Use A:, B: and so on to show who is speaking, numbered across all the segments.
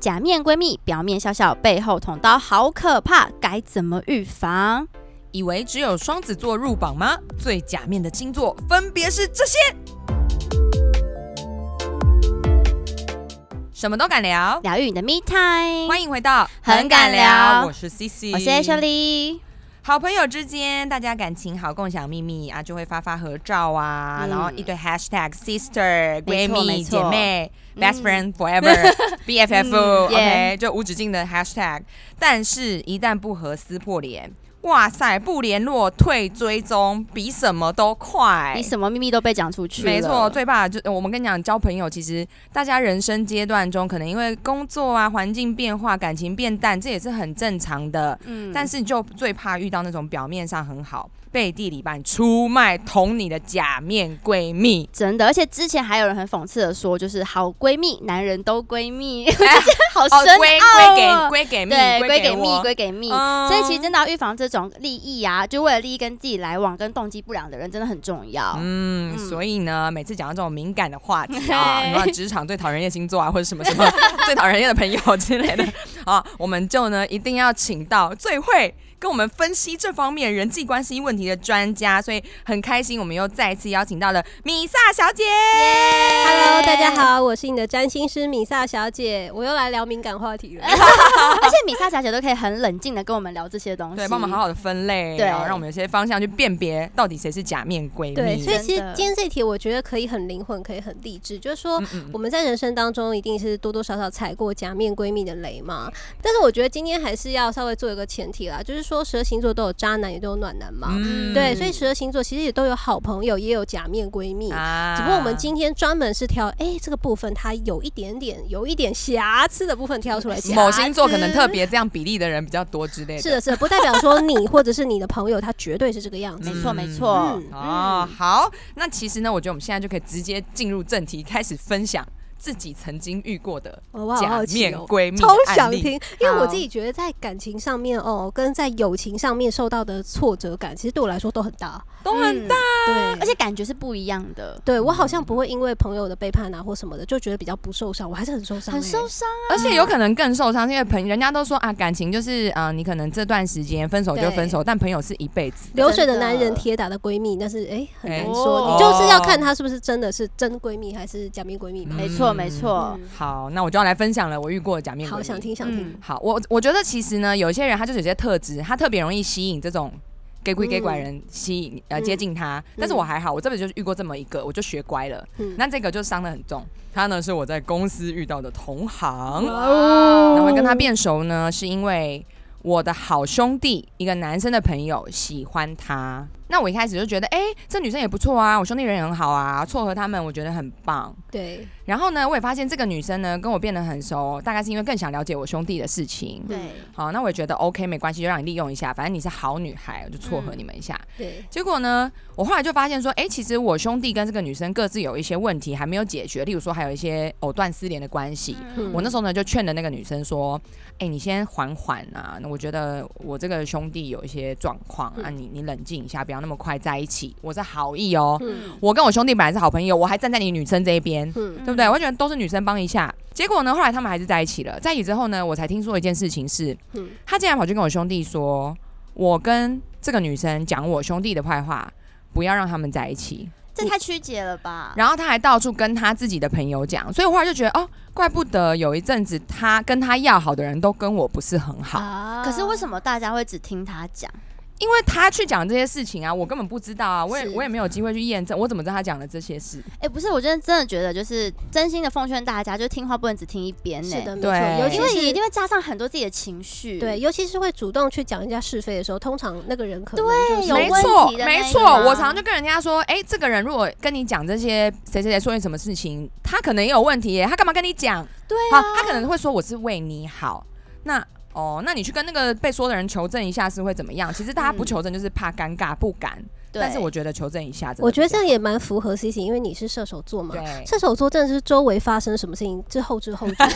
A: 假面闺蜜表面笑笑，背后捅刀，好可怕！该怎么预防？
B: 以为只有双子座入榜吗？最假面的星座分别是这些，什么都敢聊。
A: 疗愈你的 me time，
B: 欢迎回到
A: 很敢聊
B: 我是 C C，
A: 我是 Ashley。
B: 好朋友之间，大家感情好，共享秘密啊，就会发发合照啊，
A: 嗯
B: 然后一堆 hashtag sister
A: 没
B: 闺
A: 错
B: 蜜
A: 没错
B: 姐妹、
A: 嗯
B: best friend forever BFF
A: 嗯
B: OK，、
A: 耶
B: 就无止境的 hashtag。但是，一旦不合，撕破脸，哇塞，不联络、退追踪，比什么都快
A: 你。什么秘密都被讲出去了
B: 没错，最怕就我们跟你讲，交朋友其实大家人生阶段中，可能因为工作啊、环境变化、感情变淡，这也是很正常的。
A: 嗯。
B: 但是就最怕遇到那种表面上很好，背地里把你出卖、捅你的假面闺蜜
A: 真的，而且之前还有人很讽刺的说，就是好闺蜜，男人都闺 蜜，好深
B: 哦，归
A: 奥
B: 归给
A: 哦
B: 归给蜜，
A: 对，归给
B: 给
A: 蜜，
B: 我。
A: 归给蜜。
B: 嗯
A: 所以其实真的要预防这种利益啊，就为了利益跟自己来往跟动机不良的人，真的很重要。
B: 嗯，
A: 嗯
B: 所以呢，每次讲到这种敏感的话题 啊，
A: 嘿
B: 什么职场最讨人厌星座啊，或者什么什么 最讨人厌的朋友 之类的啊，我们就呢一定要请到最会跟我们分析这方面人际关系问题的专家，所以很开心，我们又再次邀请到了米萨小姐。
C: Hello，大家好，我是你的占星师米萨小姐，我又来聊敏感话题
B: 哎
C: 了。
A: 而且米莎小姐都可以很冷静的跟我们聊这些
C: 哦
A: 东西，
B: 对，帮我们好好的分类，
A: 对
B: 然后让我们有些方向去辨别到底谁是假面闺蜜。
C: 对，所以其
A: 真的
C: 实今天这一题我觉得可以很灵魂，可以很励志，就是说。
B: 嗯嗯
C: 我们在人生当中一定是多多少少踩过假面闺蜜的雷嘛，但是我觉得今天还是要稍微做一个前提啦，就是说十二星座都有渣男，也都有暖男嘛，
B: 嗯
C: 对，所以十二星座其实也都有好朋友，也有假面闺蜜，
B: 啊
C: 只不过我们今天专门是挑，哎、这个部分它有一点点、有一点瑕疵的部分挑出来。瑕疵
B: 某星座可能特别这样比例的人比较多之类的。
C: 是的，是的，不代表说你或者是你的朋友他绝对是这个样子
A: 没。错
B: 嗯
A: 没错。
C: 嗯
B: 哦，好，那其实呢，我觉得我们现在就可以直接进入正题，开始分享自己曾经遇过的
C: 哦我好
B: 假
C: 好奇
B: 面
C: 哦。
B: 闺蜜的
C: 超想
B: 案例。
C: 听，因为
A: 好
C: 我自己觉得在感情上面哦，跟在友情上面受到的挫折感，其实对我来说都很大。
B: 都哦很
A: 嗯
B: 大。
C: 对，
A: 而且感觉是不一样的，
C: 对我好像不会因为朋友的背叛啊或什么的，就觉得比较不受伤，我还是很受伤、欸
A: 很受
C: 伤。
A: 伤啊。
B: 而且有可能更受伤，因为朋人家都说啊，感情就是啊、呃你可能这段时间分手就
C: 对
B: 分手，但朋友是一辈子。
C: 流水的
A: 真的
C: 男人，铁打的闺蜜，但是哎、很难
B: 哎
C: 说，
A: 哦
C: 你就是要看她是不是真的是真闺蜜还是假面闺蜜嘛。
A: 没错
B: 嗯
A: 没错，
C: 嗯
B: 好，那我就要来分享了，我遇过的假面闺蜜。
C: 好想听想听。
A: 嗯，
B: 好，我我觉得其实呢，有一些人他就是有些特质，他特别容易吸引这种。给鬼给拐人吸引呃
C: 嗯
B: 接近他，但是我还好，我这边就是遇过这么一个，我就学乖了。
C: 嗯
B: 那这个就伤得很重。他呢是我在公司遇到的同行，
C: 哇哦
B: 那会跟他变熟呢，是因为我的好兄弟一个男生的朋友喜欢他。那我一开始就觉得，哎、这女生也不错啊，我兄弟人也很好啊，撮合他们我觉得很棒。
C: 对，
B: 然后呢，我也发现这个女生呢跟我变得很熟，大概是因为更想了解我兄弟的事情。
A: 对，
B: 好，那我也觉得 OK，没关系，就让你利用一下，反正你是好女孩，我就撮合
A: 嗯
B: 你们一下。
C: 对，
B: 结果呢，我后来就发现说，哎、其实我兄弟跟这个女生各自有一些问题还没有解决，例如说还有一些藕断丝连的关系。
C: 嗯
B: 我那时候呢就劝的那个女生说，哎、你先缓缓啊，那我觉得我这个兄弟有一些状况啊，
C: 嗯
B: 你你冷静一下，不要那么快在一起，我是好意哦。
C: 嗯
B: 我跟我兄弟本来是好朋友，我还站在你女生这一边，
C: 嗯，
B: 对不对？我觉得都是女生帮一下。结果呢，后来他们还是在一起了。在一起之后呢，我才听说一件事情是，
C: 嗯
B: 他竟然跑去跟我兄弟说，我跟这个女生讲我兄弟的坏话，不要让他们在一起。
A: 这太曲解了
C: 啊
A: 吧？
B: 然后他还到处跟他自己的朋友讲，所以我后来就觉得，哦，怪不得有一阵子他跟他要好的人都跟我不是很好，
C: 啊
A: 可是为什
C: 么？
A: 么大家会只听他讲？
B: 因为他去讲这些事情啊，我根本不知道啊，我也
C: 是
B: 我也没有机会去验证，我怎么知道他讲了这些事？
A: 哎，不是，我真的真的觉得，就是真心的奉劝大家，就是听话不能只听一边呢
C: 是。的，没
B: 对
C: 错，尤
A: 因
C: 其
A: 为你一
C: 是
A: 定会加上很多自己的情绪，
C: 对，，尤其是会主动去讲人家是非的时候，通常那个人可能
A: 对
C: 就是
A: 有
B: 没
A: 问
B: 错
A: 题的，那
B: 没
A: 一个
B: 错，
A: 吗
B: 我常常就跟人家说，哎、这个人如果跟你讲这些谁谁谁说你什么事情，他可能也有问题耶，他干嘛跟你讲？
A: 对啊
B: 好，他可能会说我是为你好，那。哦，那你去跟那个被说的人求证一下是会怎么样？其实大家不
A: 嗯
B: 求证，就是怕尴尬，不敢。
A: 对，
B: 但是我觉得求证一下，
C: 我觉得这
B: 这
C: 样也蛮符合 C C，因为你是射手座嘛。
B: 对。
C: 射手座真的是周围发生什么事情之后知后觉，因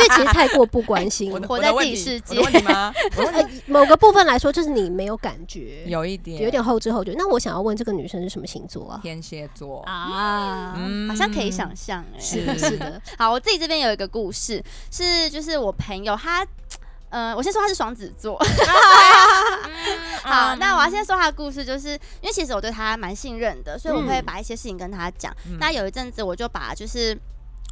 C: 为其实太过不关心
B: 哎我。的
A: 活
B: 我
A: 在
B: 的
A: 自
B: 问
A: 己
B: 题
A: 世界
B: 我的问 题吗？我的问
C: 呃，某个部分来说，就是你没有感觉
B: 题，有一点，
C: 有点后知后觉。那我想要问这个女生是什么星座啊？
B: 天蝎座，
A: 啊，
B: 嗯
A: 好像可以想象哎、
B: 是
C: 是的，
A: 好，我自己这边有一个故事，是就是我朋友他。呃，我先说他是双子座，
B: 嗯
A: 好，那我要先说他的故事，就是因为其实我对他蛮信任的，所以我会
C: 嗯
A: 把一些事情跟他讲。
B: 嗯
A: 那有一阵子，我就把就是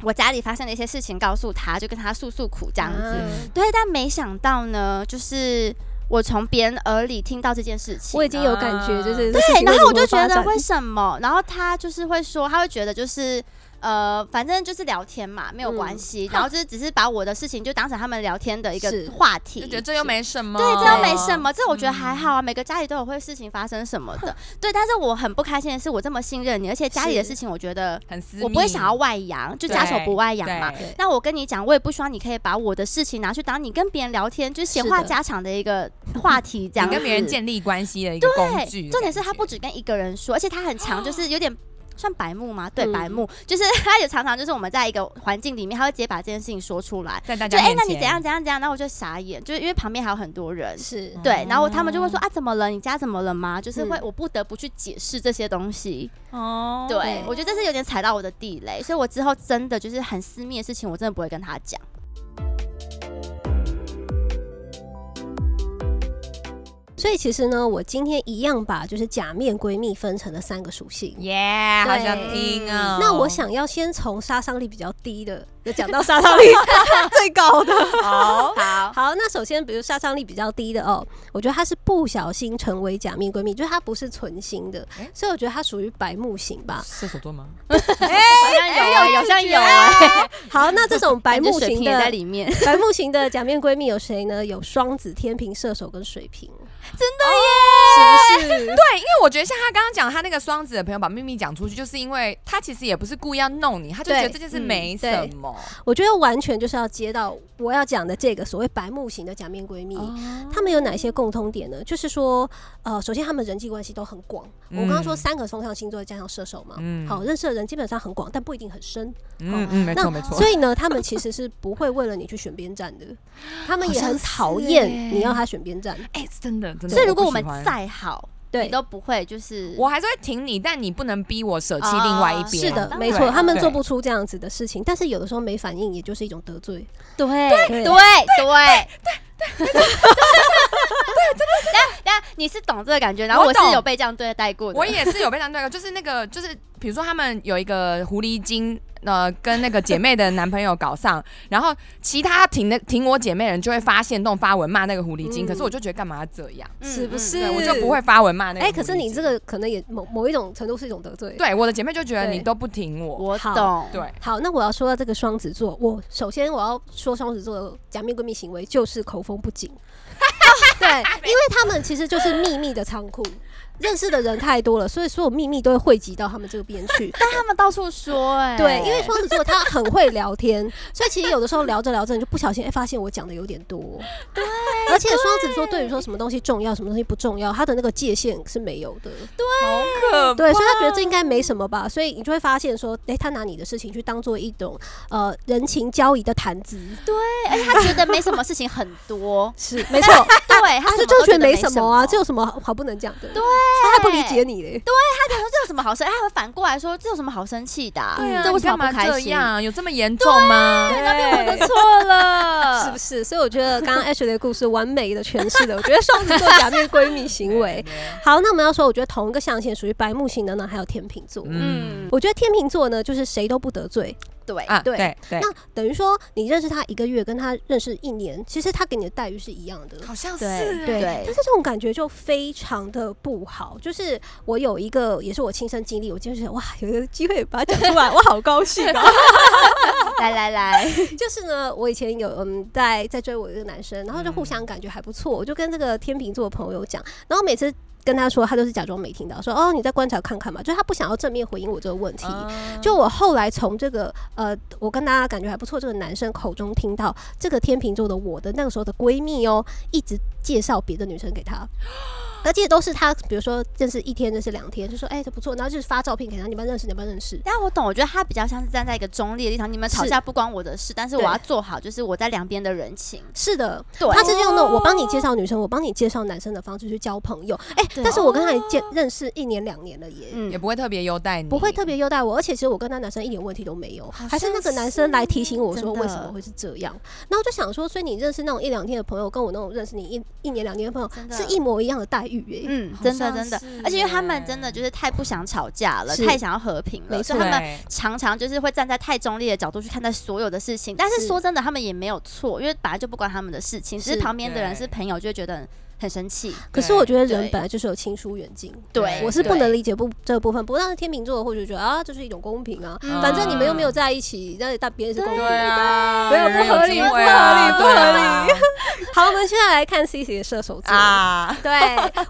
A: 我家里发生的一些事情告诉他，就跟他诉诉苦这样子。
C: 啊
A: 对，但没想到呢，就是我从别人耳里听到这件事情，
C: 我已经有感觉，就是对
A: 对，然后我就觉得为
C: 会
A: 什么？然后他就是会说，他会觉得就是。呃，反正就是聊天嘛，没有关
C: 嗯
A: 系。然后就是只是把我的事情就当成他们聊天的一个
C: 是
A: 话题，
B: 就觉得这又没什么，
A: 对，这又没什么，这我觉得还好啊。每个家里都有会事情发生什么 的，对。但是我很不开心的是，我这么信任你，而且家里的
C: 是
A: 事情，我觉得
B: 很私密，
A: 我不会想要外扬，就家丑不外扬
B: 对
A: 嘛。那我跟你讲，我也不希望你可以把我的事情拿去当你跟别人聊天，就是闲
C: 是
A: 话
C: 的
A: 家常的一个话题，这样
B: 你跟别人
A: 子
B: 建立关系的一个工具。
A: 重点是他不
B: 感
A: 只跟一个人说，而且他很长， 就是有点。算白目吗？对，
C: 嗯
A: 白目就是 他也常常就是我们在一个环境里面，他会直接把这件事情说出来
B: 觉，在大
A: 就
B: 家
A: 哎、
B: 面前，
A: 那你怎样怎样怎样，然后我就傻眼，就是因为旁边还有很多人，
C: 是
A: 对，然后他们就会说
B: 哦
A: 啊怎么了？你家怎么了吗？就是会、
C: 嗯
A: 我不得不去解释这些东西，
B: 哦
A: 对
C: 对
A: 我觉得这是有点踩到我的地雷，所以我之后真的就是很私密的事情，我真的不会跟他讲。
C: 所以其实呢，我今天一样把就是假面闺蜜分成了三个属性。
B: 耶，好
C: 对
B: 想听啊！
C: 那我想要先从杀伤力比较低的，就讲到杀伤力 最高的。
B: 好，
A: 好，
C: 好，那首先，比如杀伤力比较低的哦，我觉得她是不小心成为假面闺蜜，就是她不是存心的，
B: 诶
C: 所以我觉得她属于白目型吧。
B: 射手座吗？
A: 好像有、欸，好像有 哎、
C: 好，那这种白
A: 感觉
C: 目
A: 水
C: 型
A: 瓶也在
C: 的
A: 里面，
C: 白目型的假面闺蜜有谁呢？有双子、天平、射手跟水瓶，哦
B: 耶！
C: 是不
B: 对，
C: 是？
B: 因为我觉得像他刚刚讲，他那个双子的朋友把秘密讲出去，就是因为他其实也不是故意要弄你，他就觉得
C: 对
B: 这件事没
C: 嗯对
B: 什么。
C: 我觉得完全就是要接到我要讲的这个所谓白目型的假面闺蜜。她们有哪些共通点呢？就是说，呃，首先她们人际关系都很广。
B: 嗯
C: 我刚刚说三个风象星座加上射手嘛，
B: 嗯
C: 好认识的人基本上很广，但不一定很深。
B: 嗯嗯，没错
C: 那
B: 没错
C: 所。以呢，他们其实是不会为了你去选边站的，他们也
B: 好像
C: 很讨
B: 是欸
C: 厌你要他选边站。
B: 哎，真的真的。
A: 所以如果
B: 不
A: 我们
B: 喜欢
A: 再好，你
C: 对，
A: 都不会就是
B: 我还是会挺你，但你不能逼我舍弃
A: 哦
B: 另外一边。
C: 是
A: 当
C: 的，
A: 然
C: 没错，他们
B: 对
C: 做不出这样子的事情，但是有的时候没反应，也就是一种得罪。
A: 对
C: 对
A: 对对对但你是懂这个感觉，然后
B: 我
A: 我是
B: 懂
A: 有被这样对待过的。
B: 我也是有被这样对过， 就是那个，就是比如说他们有一个狐狸精，呃，跟那个姐妹的男朋友搞上， 然后其他挺那挺我姐妹的人就会发现动发文骂那个狐狸精，
C: 嗯
B: 可是我就觉得干嘛要这样，
A: 嗯
C: 是不是
B: 对我就不会发文骂那个狐狸精。
C: 哎，可是你这个可能也某某一种程度是一种得罪。
B: 对我的姐妹就觉得
C: 对
B: 你都不挺我，
A: 我
C: 好
A: 懂，
B: 对，
C: 好，那我要说到这个双子座，我首先我要说双子座的假面闺蜜行为就是口风不 紧，对，因为他们其实就是秘密的仓库，认识的人太多了，所以所有秘密都会汇集到他们这边 去。
A: 但他们到处说，哎，
C: 对，因为双子座他很会聊天，所以其实有的时候聊着聊着，你就不小心哎、发现我讲的有点多。对，而且双子座对于说什么东西重要，什么东西不重要，他的那个界限是没有的。
B: 好可
C: 对，所以他觉得这应该没什么吧，所以你就会发现说，哎、他拿你的事情去当做一种呃人情交易的谈资，，
A: 对，而且哎他觉得没什么事情很多
C: 是 没错，啊
A: 对，他什
C: 他就
A: 么都
C: 就觉
A: 觉
C: 得没什么啊，这
A: 就
C: 有什么好好不能讲的？
A: 对，
C: 他不理解你嘞。
A: 他讲说这有什么好生，哎他会反过来说这有什么好生气的啊，
B: 对啊，
A: 这为
B: 你
A: 什么
B: 干
A: 不
B: 嘛
A: 开
B: 这
A: 心？
B: 样？有这么严重吗？
A: 对，那边 我的错了，
C: 是不是？所以我觉得刚刚 Ashley 的故事完美的诠释了，我觉得双子座假面闺蜜 行为。好，那我们要说，我觉得同一个象限属于白木型的呢，还有天秤座。
B: 嗯
A: 嗯，
C: 我觉得天秤座呢，就是谁都不得罪。
A: 对，
B: 啊，
C: 对
B: 对对，
C: 那等于说，你认识他一个月，跟他认识一年，其实他给你的待遇是一样的。
B: 好像是
A: 对
B: 欸
C: 对，
A: 对
C: 但是这种感觉就非常的不好。就是我有一个，也是我亲身经历，我就是哇，有一个机会把它讲出来，我好高兴啊！
A: 来来来，
C: 就是呢，我以前有嗯在在追我一个男生，然后就互相感觉还不错，我就跟这个天秤座的朋友讲，然后每次跟他说，他都是假装没听到，说哦你再观察看看嘛，就是他不想要正面回应我这个问题。
A: 嗯
B: 啊
C: 就我后来从这个呃，我跟大家感觉还不错这个男生口中听到 这个天秤座的我的那个时候的闺蜜哦，一直介绍别的女生给他。而且都是他，比如说认识一天，认识两天，就说哎这不错，然后就是发照片给他，你们认识，你们认识。
A: 但我懂，我觉得他比较像是站在一个中立的立场，你们吵
C: 是
A: 架不关我的事，但是我
C: 对
A: 要做好，就是我在两边的人情。
C: 是的，
A: 对，哦
C: 他是用那种我帮你介绍女生，我帮你介绍男生的方式去交朋友。哎、
A: 对哦
C: 但是我跟他也见认识一年两年了耶，
A: 嗯
B: 也不会特别优待你，
C: 不会特别优待我，而且其实我跟那男生一点问题都没有，
A: 好
C: 还是那个
A: 像
C: 男生来提醒我
A: 是
C: 说
A: 真的
C: 为什么会是这样。那我就想说，所以你认识那种一两天的朋友，跟我那种认识你一一年两年的朋友
A: 真的
C: 是一模一样的待遇耶。
A: 嗯，
B: 好
A: 真的
B: 像
A: 真的
B: 是，
A: 而且因为他们
B: 耶
A: 真的就是太不想吵架了，
C: 是
A: 太想要和平了，
C: 没
A: 所以
C: 错
A: 他们
B: 对
A: 常常就是会站在太中立的角度去看待所有的事情。但是
C: 是
A: 说真的，他们也没有错，因为本来就不关他们的事情，只是
C: 是
A: 旁边的人
B: 对
A: 是朋友，就会觉得很很生气。
C: 可是我觉得
A: 对
C: 人本来就是有亲疏远近，
A: 对，
C: 我是不能
A: 对。
C: 理解不这部分。不过当然天秤座或许觉得啊，这是一种公平啊，
A: 嗯
C: 反正你们又没有在一起，那但别人是公平
B: 对
C: 的。
B: 啊，
C: 没有
B: 人
C: 不合理
B: 机会啊
C: 不合理不
B: 对啊
C: 好，我们现在来看 C C 的射手 座。
B: 啊，
C: 对，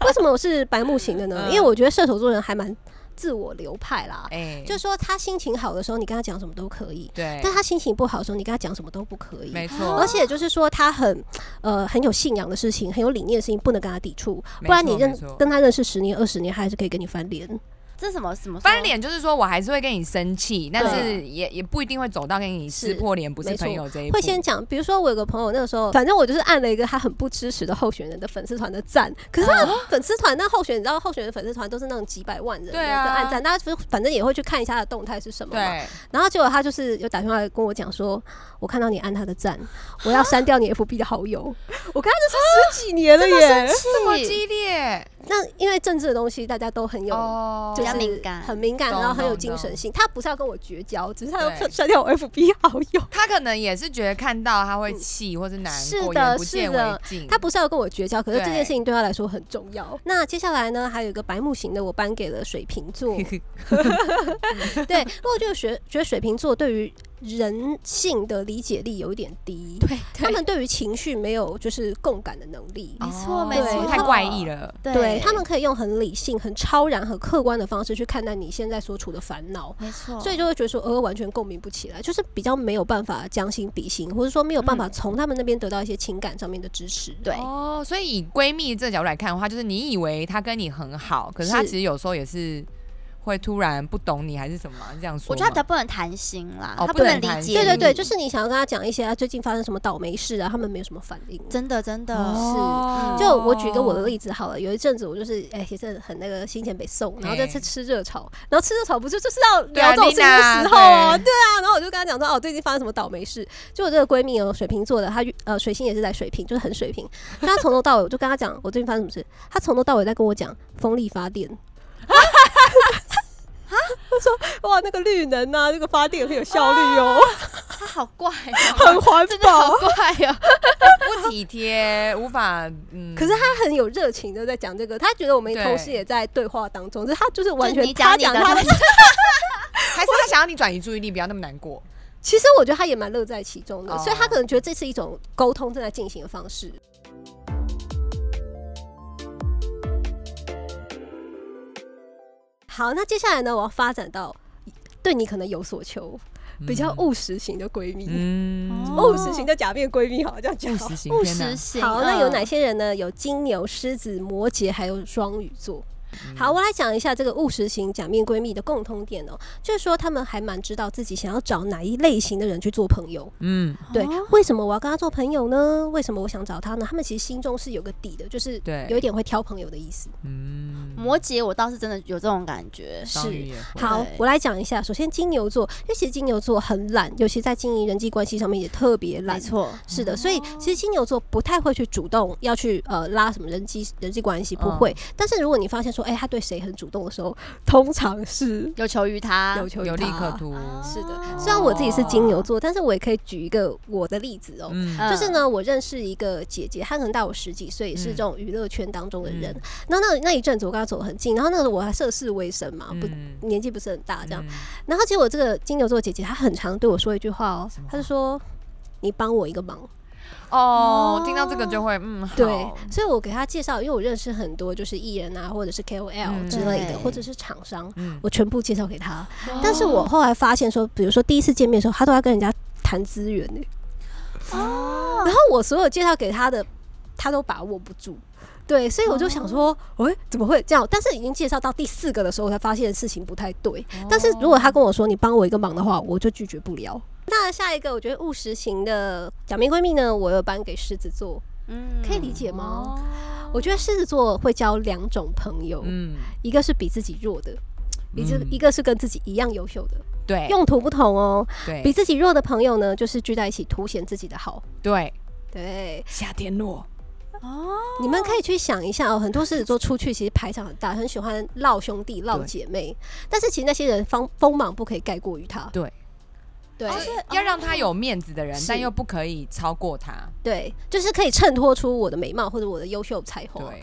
C: 为什么我是白木型的呢？
B: 嗯
C: 因为我觉得射手座人还蛮自我流派啦，
B: 哎，
C: 就是说他心情好的时候，你跟他讲什么都可以；
B: 对，
C: 但他心情不好的时候，你跟他讲什么都不可以。
B: 没错，
C: 而且就是说，他很，呃，很有信仰的事情，很有理念的事情，不能跟他抵触，
B: 没
C: 不然
B: 错
C: 你认
B: 没错
C: 跟他认识十年、二十年，他还是可以跟你翻脸。
A: 这什么什么
B: 翻？脸就是说我还是会跟你生气，但是也也不一定会走到跟你撕
C: 是
B: 破脸，不是朋友这一步。
C: 会先讲，比如说我有个朋友，那个时候反正我就是按了一个他很不支持的候选人的粉丝团的赞，可是
B: 啊
C: 他的粉丝团那候选，你知道候选人粉丝团都是那种几百万人的
B: 对啊
C: 按赞，大家反正也会去看一下他的动态是什么嘛。
B: 对，
C: 然后结果他就是有打电话来跟我讲说，我看到你按他的 赞，我要删掉你 FB 的好友。 我跟他就是十几年了耶。
B: 这么
A: 气
B: 激烈
C: 那因为政治的东西大家都很有。
B: 哦
C: 就是
A: 比较敏感
C: 很敏感，
B: 懂
C: 然后很有
B: 懂
C: 精神
B: 懂
C: 性。他不是要跟我绝交，只是他要
B: 对
C: 删掉我 FB 好友。
B: 他可能也是觉得看到他会气或是难
C: 是
B: 过，
C: 的
B: 眼不见
C: 是的
B: 为净。
C: 他不是要跟我绝交，可是这
B: 对
C: 件事情对他来说很重要。那接下来呢，还有一个白木型的，我颁给了水瓶 座。对，不过我就觉觉得水瓶座对于人性的理解力有一点低，
A: 对
C: 他
A: 对，
C: 们对于情绪没有就是共感的能力。
A: 没错
B: 哦
A: 没
C: 错
B: 太怪异了。
C: 对他们可以用很理性、很超然、很客观的方式去看待你现在所处的烦恼，
A: 没错，
C: 所以就会觉得说，呃，完全共鸣不起来，就是比较没有办法将心比心，或者说没有办法从他们那边得到一些情感上面的支持。
A: 对
B: 哦，所以以闺蜜这角度来看的话，就是你以为他跟你很好，可是他
C: 是
B: 其实有时候也是会突然不懂你还是什么，这样说吗。
A: 我觉得他比较不能谈心啦，
B: 哦
A: 他
B: 不能
A: 能理
B: 谈
A: 解
B: 心
A: 你，
C: 对对对，就是你想要跟他讲一些啊，最近发生什么倒霉事啊，他们没有什么反应。
A: 真的真的，
B: 哦
A: 是
C: 就我举个我的例子好了，有一阵子我就是哎、也是很那个心情被送，然后在
B: 嘿
C: 吃吃热炒，然后吃热炒不是就是要
B: 对啊
C: 聊这种事情的时候
B: ，Lina，
C: 啊，
B: 对
C: 对啊，然后我就跟他讲说哦，最近发生什么倒霉事。就我这个闺蜜哦，水瓶座的，她呃水星也是在水瓶，就是很水瓶。但她从头到尾，我就跟她讲我最近发生什么事，她从头到尾在跟我讲风力发电。 我说哇，那个绿能啊，这个发电很有效率哦，
A: 他好怪
C: 很
A: 哦，
C: 环
A: 真的好
C: 保。
A: 怪哦，
B: 不体贴，无法嗯。
C: 可是他很有热情的在讲这个，他觉得我们
B: 对
C: 同时也在对话当中，就是他就是完
A: 就
C: 全
A: 你讲
C: 他
A: 你的
C: 讲他
A: 他
C: 的，
B: 还是他想要你转移注意力，不要那么难过。
C: 其实我觉得他也蛮乐在其中的，
A: 嗯
B: 哦
C: 所以他可能觉得这是一种沟通正在进行的方式。好，那接下来呢，我要发展到对你可能有所求，比较
A: 嗯
C: 务实型的闺蜜，
B: 嗯哦
A: 哦
C: 务实型的假面闺蜜，好这样讲
B: 务。实型
A: 不
B: 天哪
A: 实行。
C: 好，那有
A: 嗯
C: 哪些人呢？有金牛、狮子、摩羯，还有双鱼座。好，我来讲一下这个务实型假面闺蜜的共通点哦、就是说他们还蛮知道自己想要找哪一类型的人去做朋友。
B: 嗯，
C: 对
A: 哦，
C: 为什么我要跟他做朋友呢？为什么我想找他呢？他们其实心中是有个底的，就是
B: 对
C: 有一点会挑朋友的意思。
B: 嗯，
A: 摩羯，我倒是真的有这种感觉，
B: 双鱼
C: 是。
B: 也会
C: 好，我来讲一下。首先，金牛座，因为其实金牛座很懒，尤其在经营人际关系上面也特别
A: 没
C: 懒。
A: 错，
C: 是
B: 哦
C: 的，所以其实金牛座不太会去主动要去呃拉什么人际人际关系，不会。
B: 嗯
C: 但是如果你发现说，哎、他对谁很主动的时候，通常是
A: 有求于他，
C: 有求
B: 啊
C: 于
B: 有利可
C: 他。
B: 图，哦
C: 是的
A: 啊
C: 虽然我自己是金牛座，但是我也可以举一个我的例子哦。
B: 嗯
A: 嗯
C: 就是呢，我认识一个姐姐，她可能大我十几岁，也是
B: 嗯
C: 这种娱乐圈当中的人
B: 嗯。
C: 那那那一阵子，我跟她走得很近，然后那个我还涉世未深嘛，不
B: 嗯
C: 年纪不是很大这样。
B: 嗯
C: 然后结果这个金牛座姐姐，她很常对我说一句话哦
B: 什么，
C: 她就说：“你帮我一个忙。”
B: 哦，听到这个就会嗯，好
C: 对，所以我给她介绍，因为我认识很多就是艺人啊，或者是 KOL
B: 嗯
C: 之类的，
A: 对
C: 或者是厂商，
B: 嗯，
C: 我全部介绍给她。但是我后来发现说，比如说第一次见面的时候，她都要跟人家谈资源呢、欸
A: 哦，
C: 然后我所有介绍给他的，他都把握不住。对，所以我就想说，喂、怎么会这样？但是已经介绍到第四个的时候，我才发现事情不太对。
B: 哦
C: 但是如果他跟我说你帮我一个忙的话，我就拒绝不了。那下一个，我觉得务实型的假面闺蜜呢，我有颁给狮子座，
A: 嗯哦
C: 可以理解吗？我觉得狮子座会交两种朋友，
B: 嗯，
C: 一个是比自己弱的，一个、
B: 嗯
C: 一个是跟自己一样优秀的，
B: 对，
C: 用途不同哦。比
B: 对
C: 自己弱的朋友呢，就是聚在一起凸显自己的好。
B: 对，
C: 对，
B: 夏天落，
A: 哦，
C: 你们可以去想一下哦，很多狮子座出去其实排场很大，很喜欢闹兄弟、闹
B: 对
C: 姐妹，但是其实那些人锋锋芒不可以盖过于他。
B: 对
C: 对
A: 哦是
B: 要让他有面子的人，
C: 哦是
B: 但又不可以超过他。
C: 对，就是可以衬托出我的美貌或者我的优秀才华。
B: 对，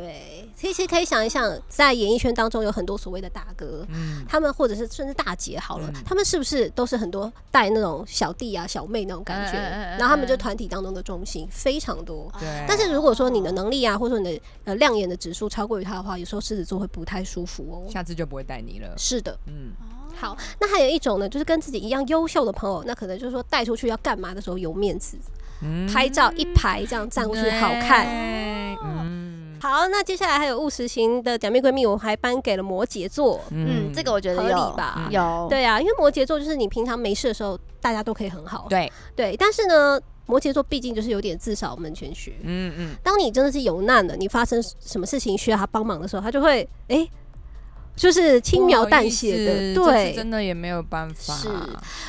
C: 对，其实可以想一想，在演艺圈当中有很多所谓的大哥。
B: 嗯，
C: 他们或者是甚至大姐好了，
B: 嗯
C: 他们是不是都是很多带那种小弟啊、小妹那种感
B: 嗯
C: 觉？
B: 嗯嗯嗯嗯
C: 然后他们就团体当中的中心非常多。
B: 对
C: 但是如果说你的能力啊，或者说你的呃亮眼的指数超过于他的话，有时候狮子座会不太舒服哦。
B: 下次就不会带你了。
C: 是的，
B: 嗯，
A: 哦
C: 好，那还有一种呢，就是跟自己一样优秀的朋友，那可能就是说带出去要干嘛的时候有面子，
B: 嗯
C: 拍照一排这样站过去好看。
B: 对嗯
C: 好，那接下来还有务实型的假面闺蜜，我还颁给了摩羯座。
A: 嗯，这个我觉得
C: 合
A: 有
C: 理吧
A: 嗯有，
C: 对啊，因为摩羯座就是你平常没事的时候，大家都可以很好。
B: 对，啊
C: 对，但是呢，摩羯座毕竟就是有点自扫门前雪。
B: 嗯嗯，
C: 当你真的是有难了，你发生什么事情需要他帮忙的时候，他就会哎、诶就是轻描淡写的。
B: 不好意思这次
C: 对
B: 真，的也没有办法，
C: 是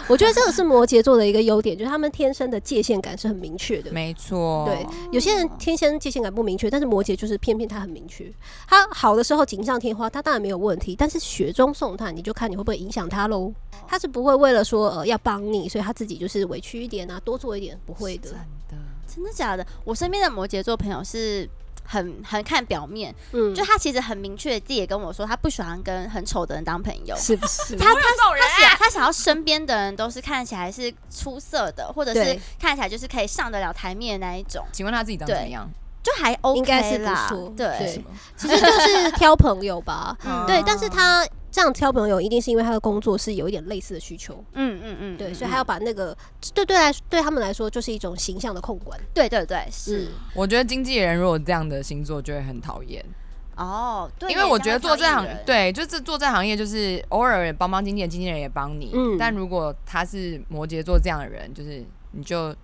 C: 我觉得这个是摩羯座的一个优点，就是他们天生的界限感是很明确的。
B: 没错，
C: 对，有些人天生界限感不明确，但是摩羯就是偏偏他很明确。他好的时候锦上添花，他当然没有问题，但是雪中送炭，你就看你会不会影响他喽。他是不会为了说呃要帮你，所以他自己就是委屈一点啊，多做一点，不会的
B: 真。的，
A: 真的假的？我身边的摩羯座朋友是很很看表面，
C: 嗯，
A: 就他其实很明确，自己也跟我说，他不喜欢跟很丑的人当朋友。
B: 啊
C: 是不是？
A: 他他他想他想要身边的人都是看起来是出色的，或者是
C: 对
A: 看起来就是可以上得了台面的那一种，
B: 请问他自己长怎么样？
A: 就还 OK
C: 应该是不
A: 啦
C: 错
A: 对
C: 对
B: 什么
C: 其实就是挑朋友 吧。
A: 嗯
C: 对，但是他这样挑朋友，一定是因为他的工作是有一点类似的需求，
A: 嗯嗯嗯，
C: 对，
A: 嗯
C: 所
A: 嗯
C: 以他要把那个对对来对他们来说就是一种形象的控管。
A: 对对对是
C: 嗯
B: 我觉得经纪人如果这样的星座就会很讨厌，
C: 嗯
A: 哦，对，
B: 因为我觉得做这行
A: 你也当艺人，
B: 对，就是做这行业就是偶尔帮帮经纪人，经纪人也帮你。
C: 嗯
B: 但如果他是摩羯座这样的人，就是你就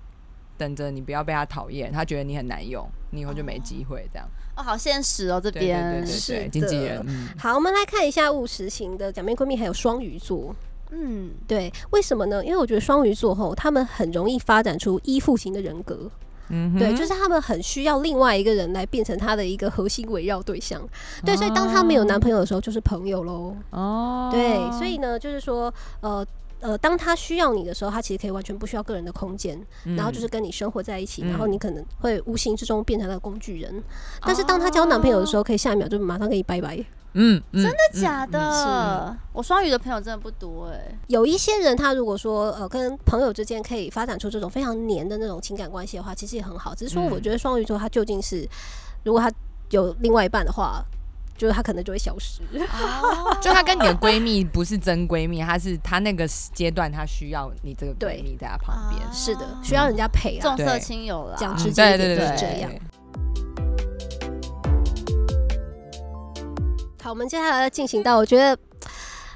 B: 等着你不要被他讨厌，他觉得你很难用，你以后就没机会这样。
A: 哦，好现实哦，这
B: 对对对
A: 边
B: 对
C: 是
B: 对，
C: 的
B: 经纪人，嗯，
C: 好，我们来看一下务实型的假面闺蜜，还有双鱼座。
A: 嗯，
C: 对，为什么呢？因为我觉得双鱼座吼，他们很容易发展出依附型的人格。
B: 嗯哼
C: 对，就是他们很需要另外一个人来变成他的一个核心围绕对象。对，所以当他们有男朋友的时候，就是朋友喽。
B: 哦，
C: 对，所以呢，就是说，呃呃，当他需要你的时候，他其实可以完全不需要个人的空间，
B: 嗯
C: 然后就是跟你生活在一起，然后
B: 嗯
C: 你可能会无形之中变成他的工具人。但是当他
B: 哦
C: 交男朋友的时候，可以下一秒就马上跟你拜拜。
B: 嗯，真的
A: 真的假 的？我双鱼的朋友真的不多哎，
C: 有一些人，他如果说呃跟朋友之间可以发展出这种非常黏的那种情感关系的话，其实也很好。只是说，
B: 嗯
C: 我觉得双鱼座他究竟是，如果他有另外一半的话，就是他可能就会消失。
A: 哦
B: 就她跟你的闺蜜不是真闺蜜，她是她那个阶段她需要你这个闺蜜在她旁边
A: 啊。
C: 是的，需要人家陪啊
A: 重。色轻友啦，
C: 讲
B: 嗯
C: 直
B: 对
C: 接一
B: 对
C: 点
B: 对
A: 就是
B: 对
C: 这样
B: 对
C: 好，我们接下来要进行到我觉得。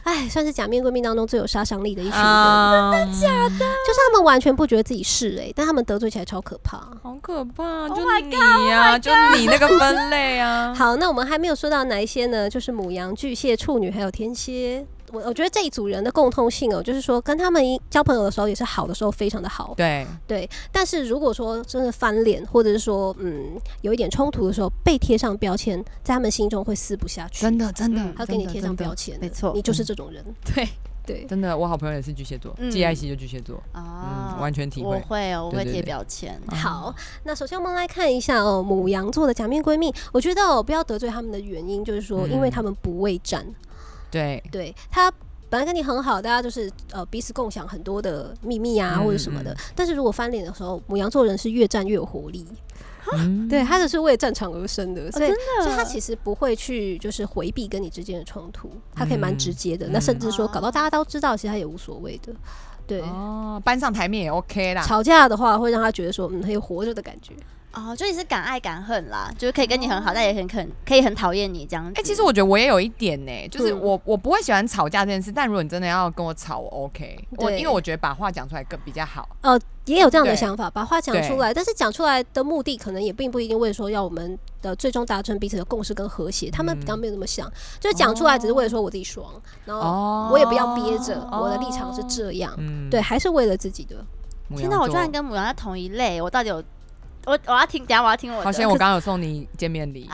C: 哎，算是假面闺蜜当中最有杀伤力的一群人，
B: 啊，真的假的？
C: 就是他们完全不觉得自己是哎、但他们得罪起来超可怕。
B: 好可怕！
A: Oh
B: 就你呀、就你那个分类啊。
C: 好，那我们还没有说到哪一些呢？就是母羊、巨蟹、处女还有天蝎。我我觉得这一组人的共通性哦，就是说跟他们一交朋友的时候也是好的时候非常的好，
B: 对，
C: 但是如果说真的翻脸，或者是说嗯有一点冲突的时候，被贴上标签，在他们心中会撕不下去，
B: 真的真的
A: 嗯，
C: 他会给你贴上标签的，
A: 没错
C: 你就是这种人，
A: 对
C: 对。
B: 真的，我好朋友也是巨蟹座，
A: 嗯
B: 季爱希就巨蟹座，
A: 啊
B: 嗯，，完全体
A: 我
B: 会。
A: 会哦，我会
B: 对对
A: 贴
B: 对
A: 标签。
B: 啊
C: 好，那首先我们来看一下哦，母羊座的假面闺蜜，我觉得哦，不要得罪他们的原因就是说，因为
B: 嗯
C: 他们不畏战，
B: 对，
C: 对他本来跟你很好，大家就是呃彼此共享很多的秘密啊
B: 嗯
C: 或者什么的，
B: 嗯
C: 但是如果翻脸的时候，母羊座人是越战越有活力，
B: 嗯哦
C: 对，他就是为战场而生的，所
A: 哦
C: 以。
A: 真
C: 所以他其实不会去就是回避跟你之间的冲突，他可以蛮直接的。
B: 嗯
C: 那甚至说搞到大家都知道，其实他也无所谓的。对，
B: 哦，搬上台面也 OK 啦。
C: 吵架的话会让他觉得说，嗯，很有活着的感觉。
A: 哦，就你是敢爱敢恨啦，就是可以跟你
B: 哦
A: 很好，但也很肯，可以很讨厌你这样子。
B: 哎、其实我觉得我也有一点呢、就是
C: 嗯
B: 我我不会喜欢吵架这件事，但如果你真的要跟我吵，我 OK，我
C: 对
B: 因为我觉得把话讲出来更比较好。
C: 呃，也有这样的
B: 对
C: 想法，把话讲出来，但是讲出来的目的可能也并不一定为说要我们的最终达成彼此的共识跟和谐，他们比较没有那么想，就讲出来只是为了说我自己爽，然后
B: 嗯哦
C: 我也不要憋着，我的立场是，这样，
B: 嗯
C: 对，，还是为了自己的。
B: 母
A: 天
B: 羊
A: 哪，我居
B: 座
A: 然跟母羊在同一类，我到底有我我要听，等一下我要听我的。
B: 好险， 我刚刚有送你见面礼，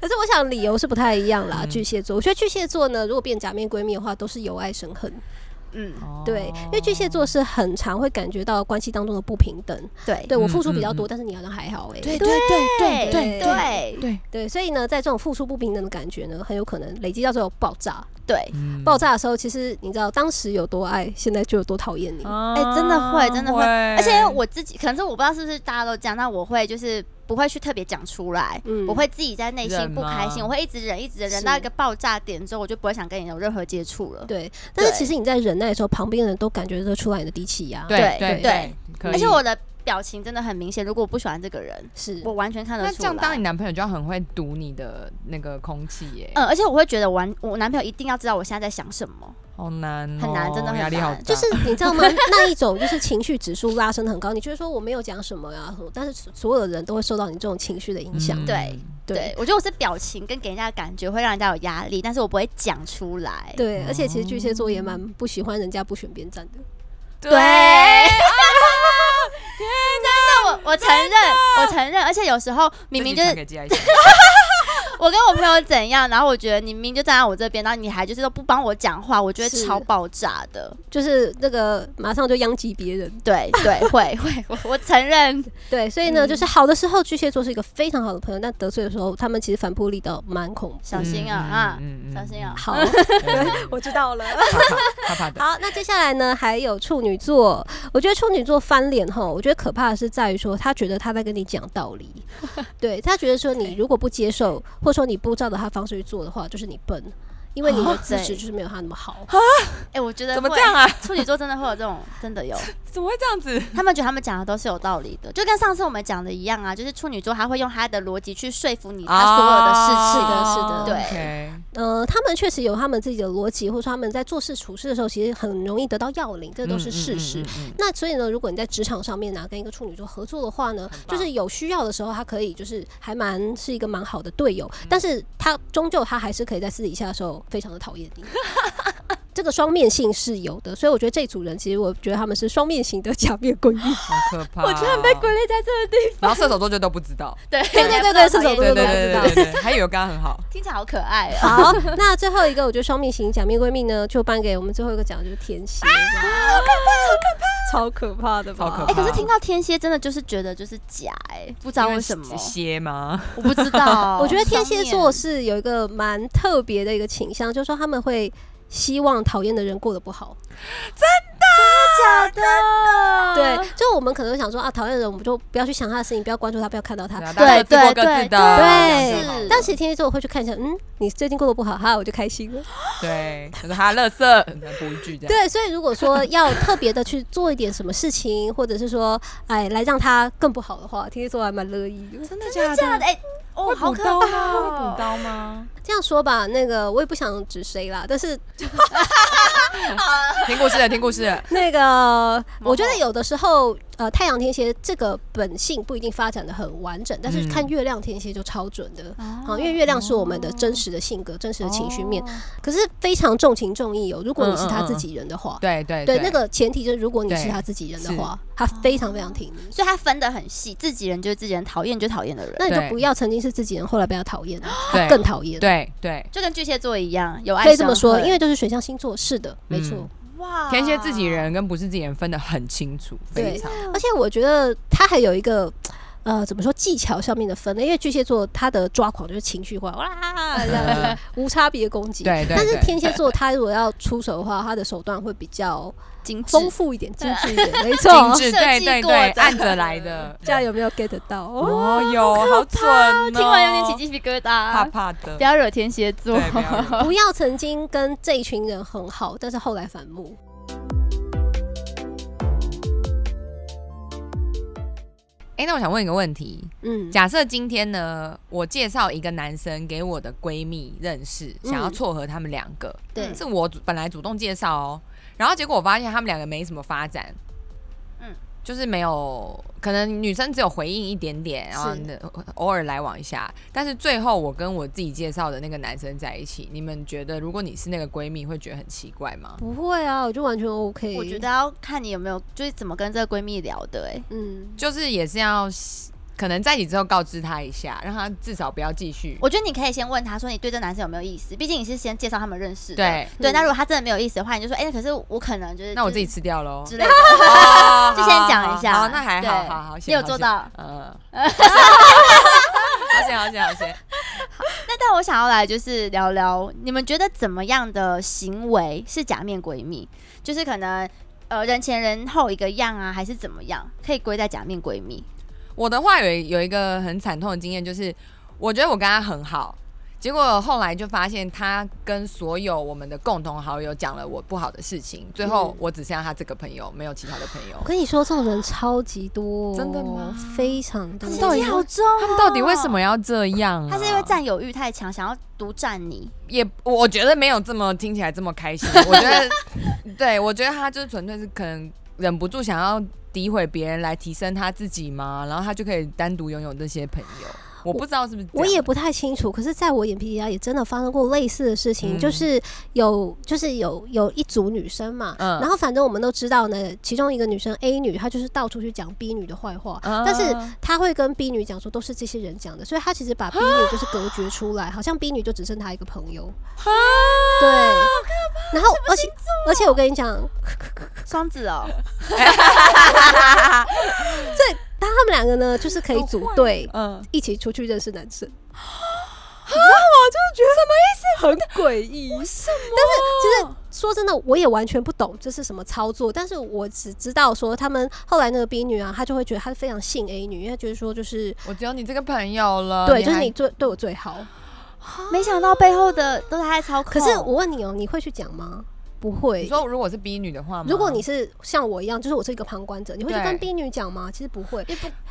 C: 可是我想理由是不太一样啦，
B: 嗯
C: 巨蟹座，我觉得巨蟹座呢，如果变假面闺蜜的话，都是由爱生恨，
A: 嗯，
B: 哦
C: 对，因为巨蟹座是很常会感觉到关系当中的不平等，
A: 对
C: 对我
B: 嗯
C: 付出比较
B: 嗯
C: 多，
B: 嗯
C: 但是你好像还好哎、
B: 对对
A: 对
C: 对
A: 对
B: 对，
C: 对，所以呢，在这种付出不平等的感觉呢，很有可能累积到最后爆炸。
A: 对，
B: 嗯
C: 爆炸的时候，其实你知道当时有多爱，现在就有多讨厌你。
B: 哎
A: 哎真的会真的会
B: 而
A: 而且因为我自己，可能是我不知道是不是大家都这样，但我会就是不会去特别讲出来。
C: 嗯
A: 我会自己在内心
B: 忍
A: 不开心，
B: 吗
A: 我会一直忍，一直忍，忍
C: 是
A: 到一个爆炸点之后，我就不会想跟你有任何接触了。
C: 对，但是
A: 对
C: 其实你在忍耐的时候，旁边的人都感觉得出来你的低气啊压。
A: 对
B: 对
A: 对
B: 对，可
A: 而且
B: 以
A: 我的表情真的很明显，如果我不喜欢这个人，
C: 是
A: 我，完全看得出
B: 嗯那
A: 来。
B: 这样当你男朋友就要很会读你的那个空气耶，
A: 嗯，而且我会觉得我完我男朋友一定要知道我现在在想什么。
B: 好难哦，
A: 很难真的很
B: 压力好
A: 难
B: 大，
C: 就是你知 道吗？那一种就是情绪指数拉升得很高，你觉得说我没有讲什么呀、但是所有人都会受到你这种情绪的影响。
B: 嗯
A: 对对，我觉得我是表情跟给人家的感觉会让人家有压力，但是我不会讲出来。
C: 对，而且其实巨蟹座也蛮不喜欢人家不选边站的。
A: 对，
B: 啊
A: 真的，我我承认，我承认，而且有时候明明就
B: 这
A: 是
B: 集传给季爱心
A: 我跟我朋友怎样，然后我觉得你明明就站在我这边，然后你还就是都不帮我讲话，我觉得
C: 是
A: 超爆炸的。
C: 就是那个马上就殃及别人。
A: 对对，会会，我我承认，
C: 对，所以呢，就是好的时候，巨蟹座是一个非常好的朋友，但得罪的时候，他们其实反扑力道蛮恐怖。
A: 小心啊啊，
B: 嗯嗯嗯
A: 小心啊！
C: 好，
B: 对
C: 我知道了。
B: 怕怕怕怕的，
C: 好，那接下来呢，还有处女座。我觉得处女座翻脸后，我觉得可怕的是在于说，他觉得他在跟你讲道 理，对他觉得说你如果不接受，或者说你不照着他方式去做的话，就是你笨，因为你
B: 哦
C: 的资质就是没有他那么好。
A: 哎、我觉得
B: 怎么
A: 会
B: 这样？啊？
A: 处女座真的会有这种，真的有，
B: 怎么会这样子？
A: 他们觉得他们讲的都是有道理的，就跟上次我们讲的一样啊，就是处女座他会用他的逻辑去说服你他啊所有的事情。
C: 的是
B: 哦
C: 的
A: 对
B: OK
C: 呃，他们确实有他们自己的逻辑，或者说他们在做事处事的时候，其实很容易得到要领，这都是事实。
B: 嗯嗯嗯嗯嗯
C: 那所以呢，如果你在职场上面呢、啊跟一个处女座合作的话呢
B: 很，棒
C: 就是有需要的时候，他可以就是还蛮是一个蛮好的队友，但是他终究他还是可以在私底下的时候非常的讨厌你。 这个双面性是有的，所以我觉得这组人其实我觉得他们是双面型的假面闺蜜。
B: 嗯好可怕！我居然被归类在这个地方，然后射手座就都不知道，
A: 对
C: 对对对对射手座
B: 对
C: 都
B: 对
C: 不知
B: 对
C: 道
B: 对对，对还以为刚刚很好，
A: 听起来好可爱啊！
C: 好， 那最后一个我觉得双面型假面闺蜜呢，就颁给我们最后一个奖就是天蝎，好啊可怕，好可怕，超可怕的吧？
B: 超可
A: 哎、
B: 怕
A: 可是听到天蝎，真的就是觉得就是假哎、不知道为什么，
B: 蝎吗？
A: 我不知道。
C: 我觉得天蝎座
A: 双面
C: 是有一个蛮特别的一个倾向，就是说他们会希望讨厌的人过得不好。
A: 假啊的，
C: 对，就我们可能想说啊，讨厌的人我们就不要去想他的事情，不要关注他，不要看到他。
B: 啊大家各自过各自的，
C: 对
A: 是
C: 但其实天蝎座会去看一下，嗯，你最近过得不好，哈，我就开心了。
B: 对，他说他乐色，嗯补一句这样。
C: 对，所以如果说要特别的去做一点什么事情，或者是说，哎，来让他更不好的话，天蝎座还蛮乐意的。
B: 真的
A: 真的假的？哎、哦，
B: 会
A: 好
B: 补
A: 可
B: 刀
A: 怕
B: 吗？会
A: 哦
B: 补！刀吗？
C: 这样说吧，那个我也不想指谁啦，但是
B: 听故事的，听故事 的，
C: 那个，
A: 某
C: 我觉得有的时候，呃，太阳天蝎这个本性不一定发展的很完整，但是
B: 嗯
C: 看月亮天蝎就超准的。好，
A: 哦
C: 因为月亮是我们的真实的性格、真实的情绪面
B: 哦，，
C: 可是非常重情重义哦。如果你是
B: 嗯
C: 他
B: 嗯嗯
C: 自己人的话，
B: 对对
C: 对那个前提就是如果你是他自己人的
B: 对
C: 话，他非常非常挺你。
A: 所以他分得很细，自己人就是自己人，讨厌就讨厌的人，
C: 那你就
B: 对
C: 不要曾经是自己人，后来被他讨厌了，
B: 对
C: 更讨厌。
B: 对对，
A: 就跟巨蟹座一样，有爱
C: 可以这么说，
A: 伤
C: 因
A: 恨
C: 为就是水象星座，是的，没错。
B: 嗯
A: 哇
B: 天蝎自己人跟不是自己人分得很清楚，
C: 对
B: 非常
C: 而且我觉得他还有一个。呃，怎么说技巧上面的分类？因为巨蟹座他的抓狂就是情绪化，哇，这样子无差别攻击。
B: 对对。
C: 但是
B: 对
C: 天蝎座他如果要出手的话，他的手段会比较
A: 精致
C: 丰富一点、精致一点，没
B: 精
C: 错。
B: 致，
A: 设
B: 对
A: 计
B: 对
A: 过
B: 对，
A: 的
B: 按着来 的。
C: 这样有没有 get 到？哦，
B: 哦，有好准哦，
A: 听完有点起鸡皮疙
B: 怕
A: 瘩，
B: 怕的
A: 不。要惹天蝎座。
B: 对不要惹
C: 不要曾经跟这一群人很好，但是后来反目。
B: 哎、哎、那我想问一个问题：
C: 嗯，
B: 假设今天呢，我介绍一个男生给我的闺蜜认识，
A: 嗯
B: 想要撮合他们两个，
C: 对
B: 是我主本来主动介绍哦，然后结果我发现他们两个没什么发展，嗯
A: 嗯，
B: 就是没有，可能女生只有回应一点点，然后
C: 是
B: 呢偶尔来往一下，但是最后我跟我自己介绍的那个男生在一起，你们觉得如果你是那个闺蜜，会觉得很奇怪吗？
C: 不会啊，我就完全 OK。
A: 我觉得，要看你有没有就是怎么跟这个闺蜜聊的、哎，
C: 嗯，
B: 就是也是要。可能在一起之后告知他一下，让他至少不要继续。
A: 我觉得你可以先问他说你对这男生有没有意思，毕竟你是先介绍他们认识的。
B: 对
A: 对，
C: 嗯
A: 那如果他真的没有意思的话，你就说，哎、可是我可能就是
B: 那我自己吃掉喽。
A: 之类的，
B: 哦
A: 就先讲一下。
B: 好，好那还好，
A: 对
B: 好好，
A: 你
B: 行
A: 有做。到
B: 好。行 嗯，好险，好险，好险。
A: 那但我想要来就是聊聊，你们觉得怎么样的行为是假面闺蜜？就是可能呃人前人后一个样啊，还是怎么样，可以归在假面闺蜜？
B: 我的话有一有一个很惨痛的经验，就是我觉得我跟他很好，结果后来就发现他跟所有我们的共同好友讲了我不好的事情，最后
C: 嗯
B: 我只剩下他这个朋友，没有其他的朋友
C: 我。跟你说，这种人超级多，哦
B: 真的吗
C: 非常多
A: 他。
B: 到
A: 心
B: 底
A: 机好重、
B: 他们到底为什？么要这样、啊？
A: 他是因为占有欲太强，想要独占你。
B: 也，我觉得没有这么听起来这么 开心。我觉得，对我觉得他就是纯粹是可能忍不住想要诋毁别人来提升他自己嘛，然后他就可以单独拥有这些朋友。我不知道是不是这
C: 我
B: 样
C: 也不太清楚，可是在我眼皮底下也真的发生过类似的事
B: 嗯
C: 情，就是有就是有有一组女生嘛，
B: 嗯
C: 然后反正我们都知道呢，其中一个女生 A 女她就是到处去讲 B 女的坏话，
B: 啊
C: 但是 她会跟 B 女讲说都是这些人讲的，所以她其实把 B 女就是隔绝出来，好像 B 女就只剩她一个朋友，
B: 啊
C: 对，然后而且而且我跟你讲，
A: 双子 哦，
C: 当他们两个呢就是可以组队
B: 嗯，
C: 一起出去认识男生。
B: 我就觉得什么意思？
C: 诡异。但是其实说真的，我也完全不懂这是什么操作。但是我只知道说，他们后来那个 B 女啊，她就会觉得她非常信 A 女，因为她觉得说就是
B: 我只有你这个朋友了，
C: 对，就是
B: 还
C: 你。最对我最
B: 哦
C: 好。
A: 没想到背后的都是他在操控。
C: 可是我问你哦、你会去讲吗？不
B: 你
C: 会。
B: 说如果是 B 女的话吗，
C: 如果你是像我一样，就是我是一个旁观者，你会去
B: 对
C: 跟 B 女讲吗？其实不会，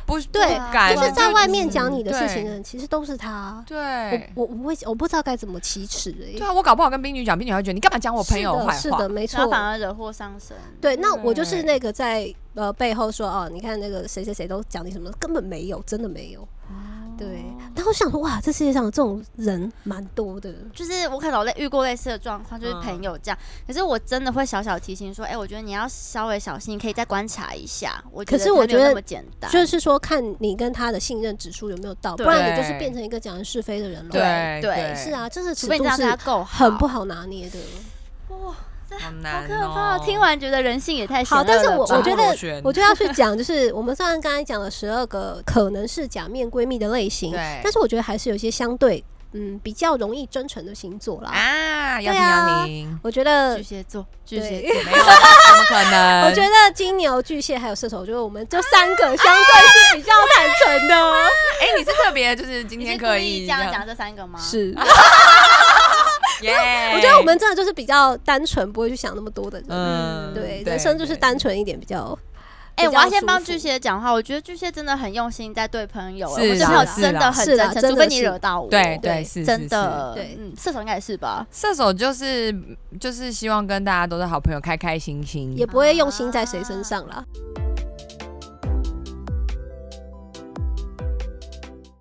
B: 不
C: 对
B: 不敢
C: 就是在外面
B: 就
C: 讲你的事情的
B: 对
C: 人，其实都是她。
B: 对
C: 我我不会，我不知道该怎么启齿哎。
B: 对啊，我搞不好跟 B 女讲，B 女还会觉得你干嘛讲我朋友坏话？
C: 是的，是的，没
A: 然
C: 错
A: 后。反而惹祸上身。
C: 对，那我就是
A: 嗯
B: 对
C: 那个在呃背后说哦，你看那个谁谁谁都讲你什么，根本没有，真的没有。
A: 哦
C: 对，然后我想说哇，这世界上有这种人蛮多的。
A: 就是我可能有类遇过类似的状况，就是朋友这样。可是我真的会小小提醒说，哎、我觉得你要稍微小心，可以再观察一下。我觉
C: 可
A: 得
C: 是我
A: 它没有
C: 觉得
A: 那么简单，
C: 就是说，看你跟他的信任指数有没有到，不
A: 对
C: 然你就是变成一个讲人是非的人了。
B: 对
A: 对
C: 是，啊，这是
A: 除
C: 尺
A: 非你
C: 度
A: 这样对他
C: 是
A: 够
C: 很不好拿捏的。
A: 哇，这
B: 好
A: 好
B: 难
A: 可怕！
B: 哦
A: 听完觉得人性也太险
C: 好，但是
A: 恶了
C: 我
A: 吧
C: 我觉
B: 螺
C: 得
B: 旋
C: 我就要去讲，就是我们虽然刚才讲了十二个可能是假面闺蜜的类型，
B: 对
C: 但是我觉得还是有一些相对嗯比较容易真诚的星座啦。
B: 啊，要
C: 对
B: 听
C: 啊
B: 要 听，
C: 我觉得
A: 巨蟹座，巨蟹
C: 对
A: 座。，
B: 没有，啊怎么可能？
C: 我觉得金牛、巨蟹还有射手，我觉得我们就三个相对是比较坦诚的。
B: 哎、你是特别，就是今
A: 你
B: 天
A: 是故
B: 可以
A: 意这样讲，这三个吗？
C: 是，
B: 耶！
C: 我觉得我们真的就是比较单纯，不会去想那么多的人。
B: 嗯
C: 对，人生就是单纯一点比较。
A: 哎、我要先
C: 比较舒服
A: 帮巨蟹讲话，我觉得巨蟹真的很用心在对朋友、哎
B: 是
A: 我对
B: 啦
A: 朋友
B: 是
A: 真
B: 啦
A: 的很
C: 是
A: 真
C: 啦
A: 诚，
C: 真
A: 除
C: 的
A: 非你
C: 是
A: 惹到我。
B: 对对
C: 对
B: 是
A: 真的，
B: 是是
C: 对
A: 嗯，射手应该也是吧？
B: 射手就是就是希望跟大家都是好朋友，开开心心。
C: 也不会用心在谁身上啦。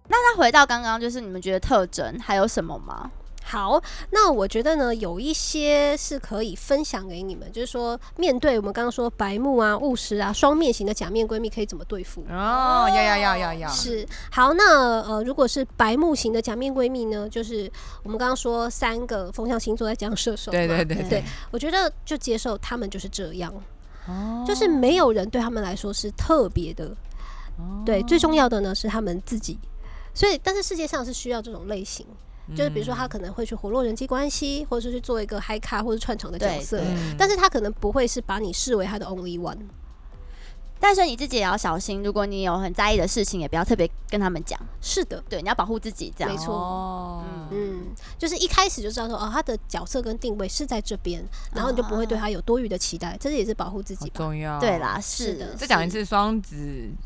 A: 那回到刚刚，就是你们觉得特征还有什么吗？
C: 好，那我觉得呢，有一些是可以分享给你们，就是说面对我们刚刚说白目啊、务实啊、双面型的假面闺蜜，可以怎么对付？
B: 哦，要要要要要，
C: 是好，那呃，如果是白木型的假面闺蜜呢，就是我们刚刚说三个风象星座在讲射手，
B: 对对，对
C: 对，我觉得就接受他们就是这样，
B: 哦
C: 就是没有人对他们来说是特别的，对，最重要的呢是他们自己。所以，但是世界上是需要这种类型，就是比如说他可能会去活络人际关系，或者是去做一个嗨咖或者串场的角
A: 对
C: 色
A: 对，
B: 嗯
C: 但是他可能不会是把你视为他的 only one。
A: 但是你自己也要小心，如果你有很在意的事情，也不要特别跟他们讲。
C: 是的，
A: 对，你要保护自己，这样
C: 没。错
B: 哦
C: 嗯，就是一开始就知道说哦，他的角色跟定位是在这边，然后你就不会对他有多余的期待，这也是保护自
B: 啊好
C: 己吧。
B: 重要。
A: 对，啦，
C: 是
A: 是
C: 的
A: 的，
B: 再讲一次，双子、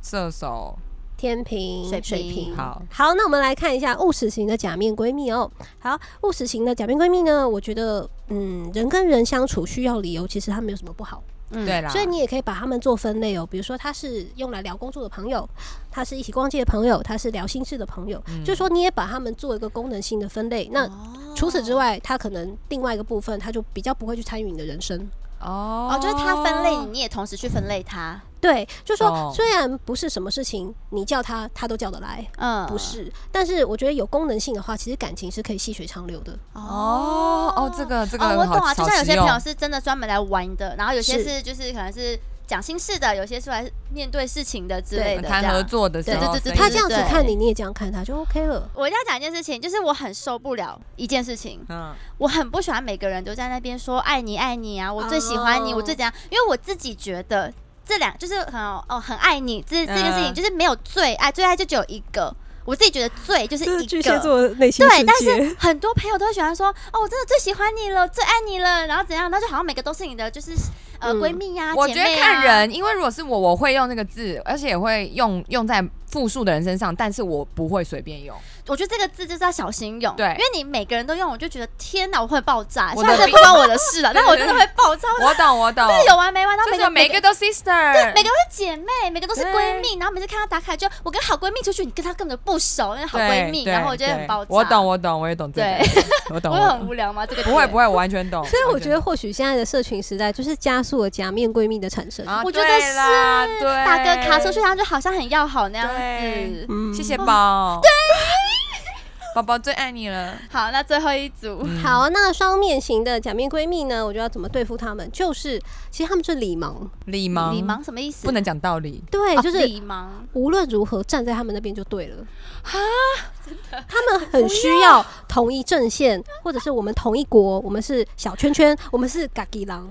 B: 射手、
C: 天平、
A: 水
C: 水
A: 瓶
C: 瓶。
B: 好，
C: 好，那我们来看一下务实型的假面闺蜜哦。好，务实型的假面闺蜜呢，我觉得，嗯，人跟人相处需要理由，其实它没有什么不好。
A: 嗯
B: 对啦，
C: 所以你也可以把他们做分类哦，比如说他是用来聊工作的朋友，他是一起逛街的朋友，他是聊心事的朋友，
B: 嗯
C: 就是说你也把他们做一个功能性的分类。那
A: 哦
C: 除此之外，他可能另外一个部分，他就比较不会去参与你的人生。
B: 哦
A: 哦，就是他分类你，你也同时去分类他，
C: 对，就
B: 哦
C: 说虽然不是什么事情，你叫他他都叫得来，
A: 嗯，
C: 不是，但是我觉得有功能性的话，其实感情是可以细水长流的。
B: 哦哦，这个这个
A: 哦，我懂啊，
B: 好
A: 就像有些朋友
B: 好实
A: 是真的专门来玩的，然后有些
C: 是
A: 是就是可能是讲心事的，有些是来面对事情的之类
B: 用
A: 的，
B: 谈
A: 这样
B: 合作的时候，
A: 对对对对
B: 所以
C: 他
B: 是
C: 这样子
A: 对
C: 看你，你也这样看他，就 OK 了。
A: 我一定要讲一件事情，就是我很受不了一件事情，
B: 嗯，
A: 我很不喜欢每个人都在那边说爱你爱你啊，我最喜欢你，
C: 哦
A: 我最怎样，因为我自己觉得这两就是很哦很爱你这这个事情，
B: 嗯
A: 就是没有最爱，最爱就只有一个，我自己觉得最就是
D: 这
A: 一
D: 是
A: 个。
D: 巨蟹座的内心世
A: 对，但
D: 界。
A: 是很多朋友都会喜欢说，哦，我真的最喜欢你了，最爱你了，然后怎样，然后就好像每个都是你的，就是呃
C: 嗯
A: 闺蜜呀、
B: 我
A: 姐
B: 觉得
A: 妹啊
B: 看人，因为如果是我，我会用那个字，而且也会用用在复数的人身上，但是我不会随便用。
A: 我觉得这个字就是要小心用，
B: 对
A: 因为你每个人都用，我就觉得天哪，我会爆炸。
B: 我
A: 虽然
B: 的
A: 这不关我的事了，但我真的会爆炸。我
B: 我懂，我懂，
A: 真的有完没完？然后
B: 就
A: 每
B: 是
A: 个
B: 每
A: 每
B: 个都 sister，
A: 每个都是姐妹，每个都是闺
B: 对
A: 蜜，然后每次看她打卡就我跟好闺蜜出去，你跟她根本就不熟，那好闺蜜，
B: 对
A: 然后我就
B: 对
A: 会很爆炸。
B: 我懂，，我懂，我也懂这
A: 对
B: 个， 我
A: 我
B: 懂，
A: 会
B: 我
A: 很
B: 懂。
A: 无聊吗？这个
B: 不会不
A: 会，
B: 会，我完全懂。
C: 所以我
A: 哦
C: 觉得，
B: 完
C: 或许现在的社群时代，就是加速了假面闺蜜的产
B: 全
C: 生
B: 懂，。啊
A: 我觉得
B: 对啦对，
A: 打个卡出去，然后就好像很要好那样子。
C: 嗯
B: 谢谢宝，对，宝宝最爱你了。
A: 好，那最后一组，
B: 嗯，
C: 好，那双面型的假面闺蜜呢？我就要怎么对付她们？就是，其实她们是理盲，
B: 礼盲，
A: 李芒什么意思？
B: 不能讲道理，
C: 对，
A: 哦，
C: 就是
A: 李芒。
C: 无论如何站在她们那边就对了。啊，他们很需要同一阵线，或者是我们同一国，我们是小圈圈，我们是嘎吉 狼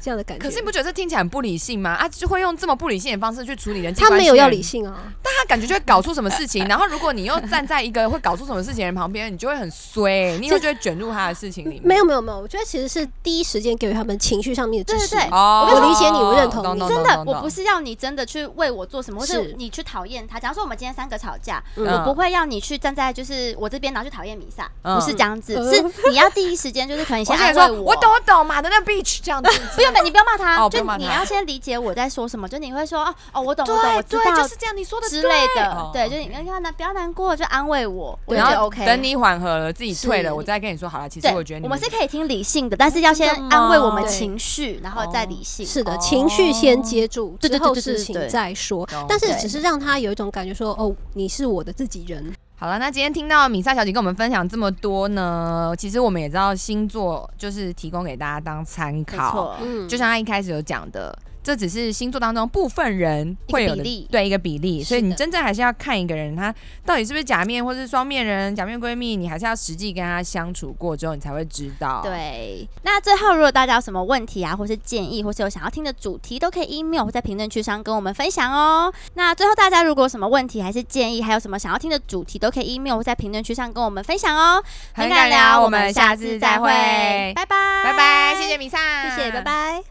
C: 这样的感觉。
B: 可是你不觉得这听起来很不理性吗？啊，就会用这么不理性的方式去处理人际
C: 他
B: 关系，
C: 没有要理，性啊，
B: 但他感觉就会搞出什么事情。然后如果你又站在一个会搞出什么事情的人旁边，你就会很衰，你以后就会卷入他的事情里面。
C: 没有没有没有，我觉得其实是第一时间给予他们情绪上面的支持。
A: 对对对
B: 哦，
C: 我理解你我认同
B: 懂
C: 你
B: 懂
A: 真
B: 懂
A: 的
B: 懂，懂
A: 我不是要你真的去为我做什么，或是
C: 是
A: 你去讨厌他。假如说我们今天三个吵架，
C: 嗯
A: 我不会要你去站在就是我这边，然后去讨厌米萨，
B: 嗯
A: 不是这样子，
C: 嗯
A: 是你要第一时间就是可能你
B: 我
A: 先
B: 想
A: 安
B: 说
A: 慰，我
B: 我懂我懂，马的那 beach 这样子，
A: 不用，你不要骂他，
B: 哦不
A: 就
B: 用骂他
A: 你要先理解我在说什么，就你会说哦哦，我懂，我懂，我
B: 对
A: 知
B: 对，
A: 道
B: 就是这样，你说的
A: 之类
B: 哦
A: 的，对，就
B: OK
A: 是你要难不要难过，就安慰我，我觉
B: 然
A: 得
B: 后
A: OK。
B: 等你缓和了，自己退了，
C: 是
B: 我再跟你说好了。其实
A: 对，
B: 我觉得你
A: 我们是可以听理性的，但是要先
B: 真的吗
A: 安慰我们
C: 对
A: 情绪，然后再理性。
C: 是的
B: 哦，
C: 情绪先接住，
A: 对对
C: 之
A: 对
C: 后
A: 对对
C: 事
A: 对对
C: 情再说
B: 懂。
C: 但是
A: 对
C: 只是让他有一种感觉说，哦，你是我的自己人。
B: 好了，那今天听到米莎小姐跟我们分享这么多呢，其实我们也知道星座就是提供给大家当参
A: 没
B: 考，
A: 错，
C: 嗯
B: 就像她一开始有讲的，这只是星座当中部分人会有
A: 一个
B: 的
A: 比例
B: 对一个比例，
C: 是的
B: 所以你真正还是要看一个人他到底是不是假面或是双面人、假面闺蜜，你还是要实际跟他相处过之后，你才会知道。，
A: 对，那最后如果大家有什么问题啊，或是建议，或是有想要听的主题，都可以 email 或在评论区上跟我们分享哦。那最后大家如果有什么问题还是建议，还有什么想要听的主题，都可以 email 或在评论区上跟我们分享哦。
B: 啊很敢聊，我们下次再会，
A: 拜拜，
B: 拜拜，谢谢米莎，
A: 谢谢，拜。拜。